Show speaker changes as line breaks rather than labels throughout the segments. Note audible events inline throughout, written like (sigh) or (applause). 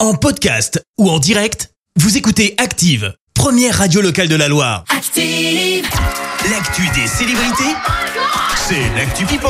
En podcast ou en direct, vous écoutez Active, première radio locale de la Loire.
Active,
L'actu des célébrités, c'est l'actu People.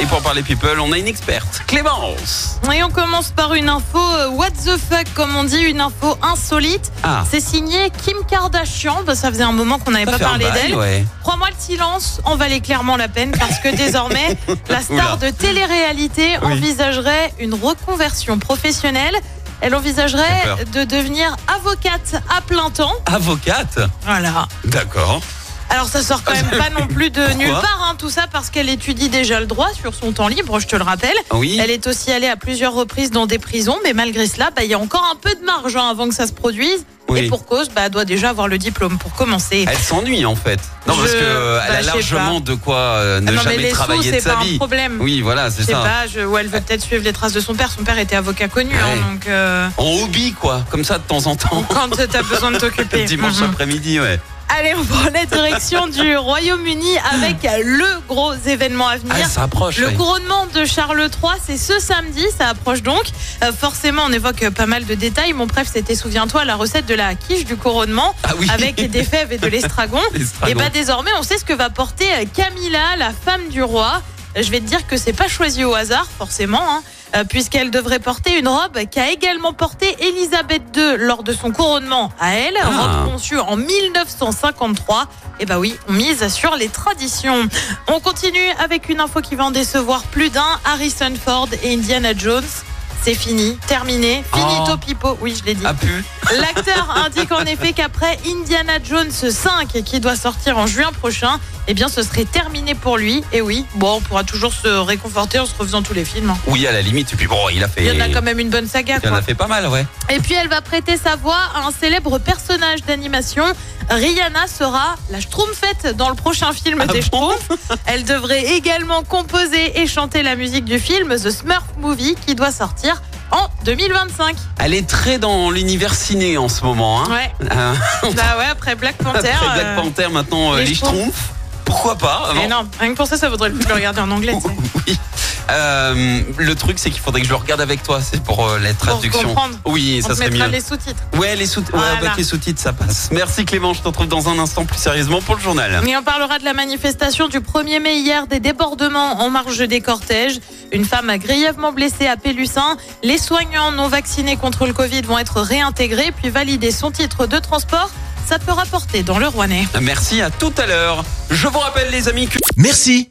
Et pour parler people, on a une experte, Clémence.
Et on commence par une info euh, what the fuck, comme on dit, une info insolite.
Ah,
C'est signé Kim Kardashian. Bah, ça faisait un moment qu'on n'avait
ça
pas
fait un
parlé
bail,
d'elle.
ouais.
Trois mois de silence en valait clairement la peine parce que
(laughs)
désormais, la star de télé-réalité
Oui.
envisagerait une reconversion professionnelle. Elle
J'ai peur.
envisagerait de devenir avocate à plein temps.
Avocate
Voilà.
D'accord.
Alors ça sort
(laughs)
quand même pas non plus de nulle
Pourquoi
part, hein, tout ça parce qu'elle étudie déjà le droit sur son temps libre, je te le rappelle.
Oui.
Elle est aussi allée à plusieurs reprises dans des prisons, mais malgré cela, bah, il y a encore un peu de marge hein, avant que ça se produise.
Oui.
Et pour cause, bah, elle doit déjà avoir le diplôme pour commencer.
Elle s'ennuie en fait. Non, parce
Je-
que euh,
bah,
elle a
je sais
largement de quoi euh, ne
Ah non, mais
jamais
les sous,
travailler de
c'est
sa
pas un
vie.
problème.
Oui, voilà, c'est
je sais
ça.
pas, je- ouais, elle veut peut-être suivre les traces de son père. Son père était avocat connu, hein,
Ouais.
donc euh,
En hobby, quoi, comme ça de temps en
(laughs)
temps.
quand t'as besoin de
(laughs)
t'occuper.
Dimanche
Mhm.
après-midi, ouais.
Allez, on prend la direction du Royaume-Uni avec le gros événement à venir.
Ah, ça approche.
Le
ouais.
couronnement de Charles III, c'est ce samedi, ça approche donc. Euh, forcément, on évoque euh, pas mal de détails. Mon bref, c'était, souviens-toi, la recette de la quiche du couronnement
Ah oui.
avec des fèves et de
(laughs)
l'estragon.
L'estragon.
Et bah désormais, on sait ce que va porter euh, Camilla, la femme du roi. Euh, Je vais te dire que c'est pas choisi au hasard, forcément, hein, euh, puisqu'elle devrait porter une robe qu'a également portée Elisabeth II lors de son couronnement à elle,
Ah.
robe conçue en 1953. Et bah oui, on mise sur les traditions. On continue avec une info qui va en décevoir plus d'un. Harrison Ford et Indiana Jones. C'est fini, terminé, finito
Oh.
pipo. Oui, je l'ai dit.
(laughs) Ah, pu.
L'acteur indique en effet qu'après Indiana Jones 5, qui doit sortir en juin prochain, eh bien ce serait terminé pour lui. Et oui, bon, on pourra toujours se réconforter en se refaisant tous les films. hein.
Oui, à la limite. Et puis bon, il a fait.
Il y en a quand même une bonne saga.
il en
quoi.
a fait pas mal, ouais.
Et puis elle va prêter sa voix à un célèbre personnage d'animation. Rihanna sera la Schtroumpfette dans le prochain film
Ah
des
bon
Schtroumpfs. Elle devrait également composer et chanter la musique du film The Smurf Movie qui doit sortir en 2025.
Elle est très dans l'univers ciné en ce moment. Hein.
Ouais,
(laughs) Euh,
bah ouais, après Black
Après
Panther. euh,
Black Panther, maintenant euh,
les
les Schtroumpfs. Pourquoi pas
Mais
avant-
non, rien que pour ça, ça vaudrait le coup de le regarder en anglais.
(laughs)
tu sais,
Oui. Euh, le truc, c'est qu'il faudrait que je le regarde avec toi. C'est pour euh, la traduction.
comprendre.
Oui,
On
ça
te
serait
mettra
mieux.
les sous-titres.
Ouais, les sous ouais,
Voilà.
avec les sous-titres, ça passe. Merci Clément, je te retrouve dans un instant plus sérieusement pour le journal.
Mais on parlera de la manifestation du 1er mai hier, des débordements en marge des cortèges. Une femme a grièvement blessée à Pélussin. Les soignants non vaccinés contre le Covid vont être réintégrés puis valider son titre de transport. Ça peut rapporter dans le Rouennais.
Merci à tout à l'heure. Je vous rappelle les amis que...
Merci,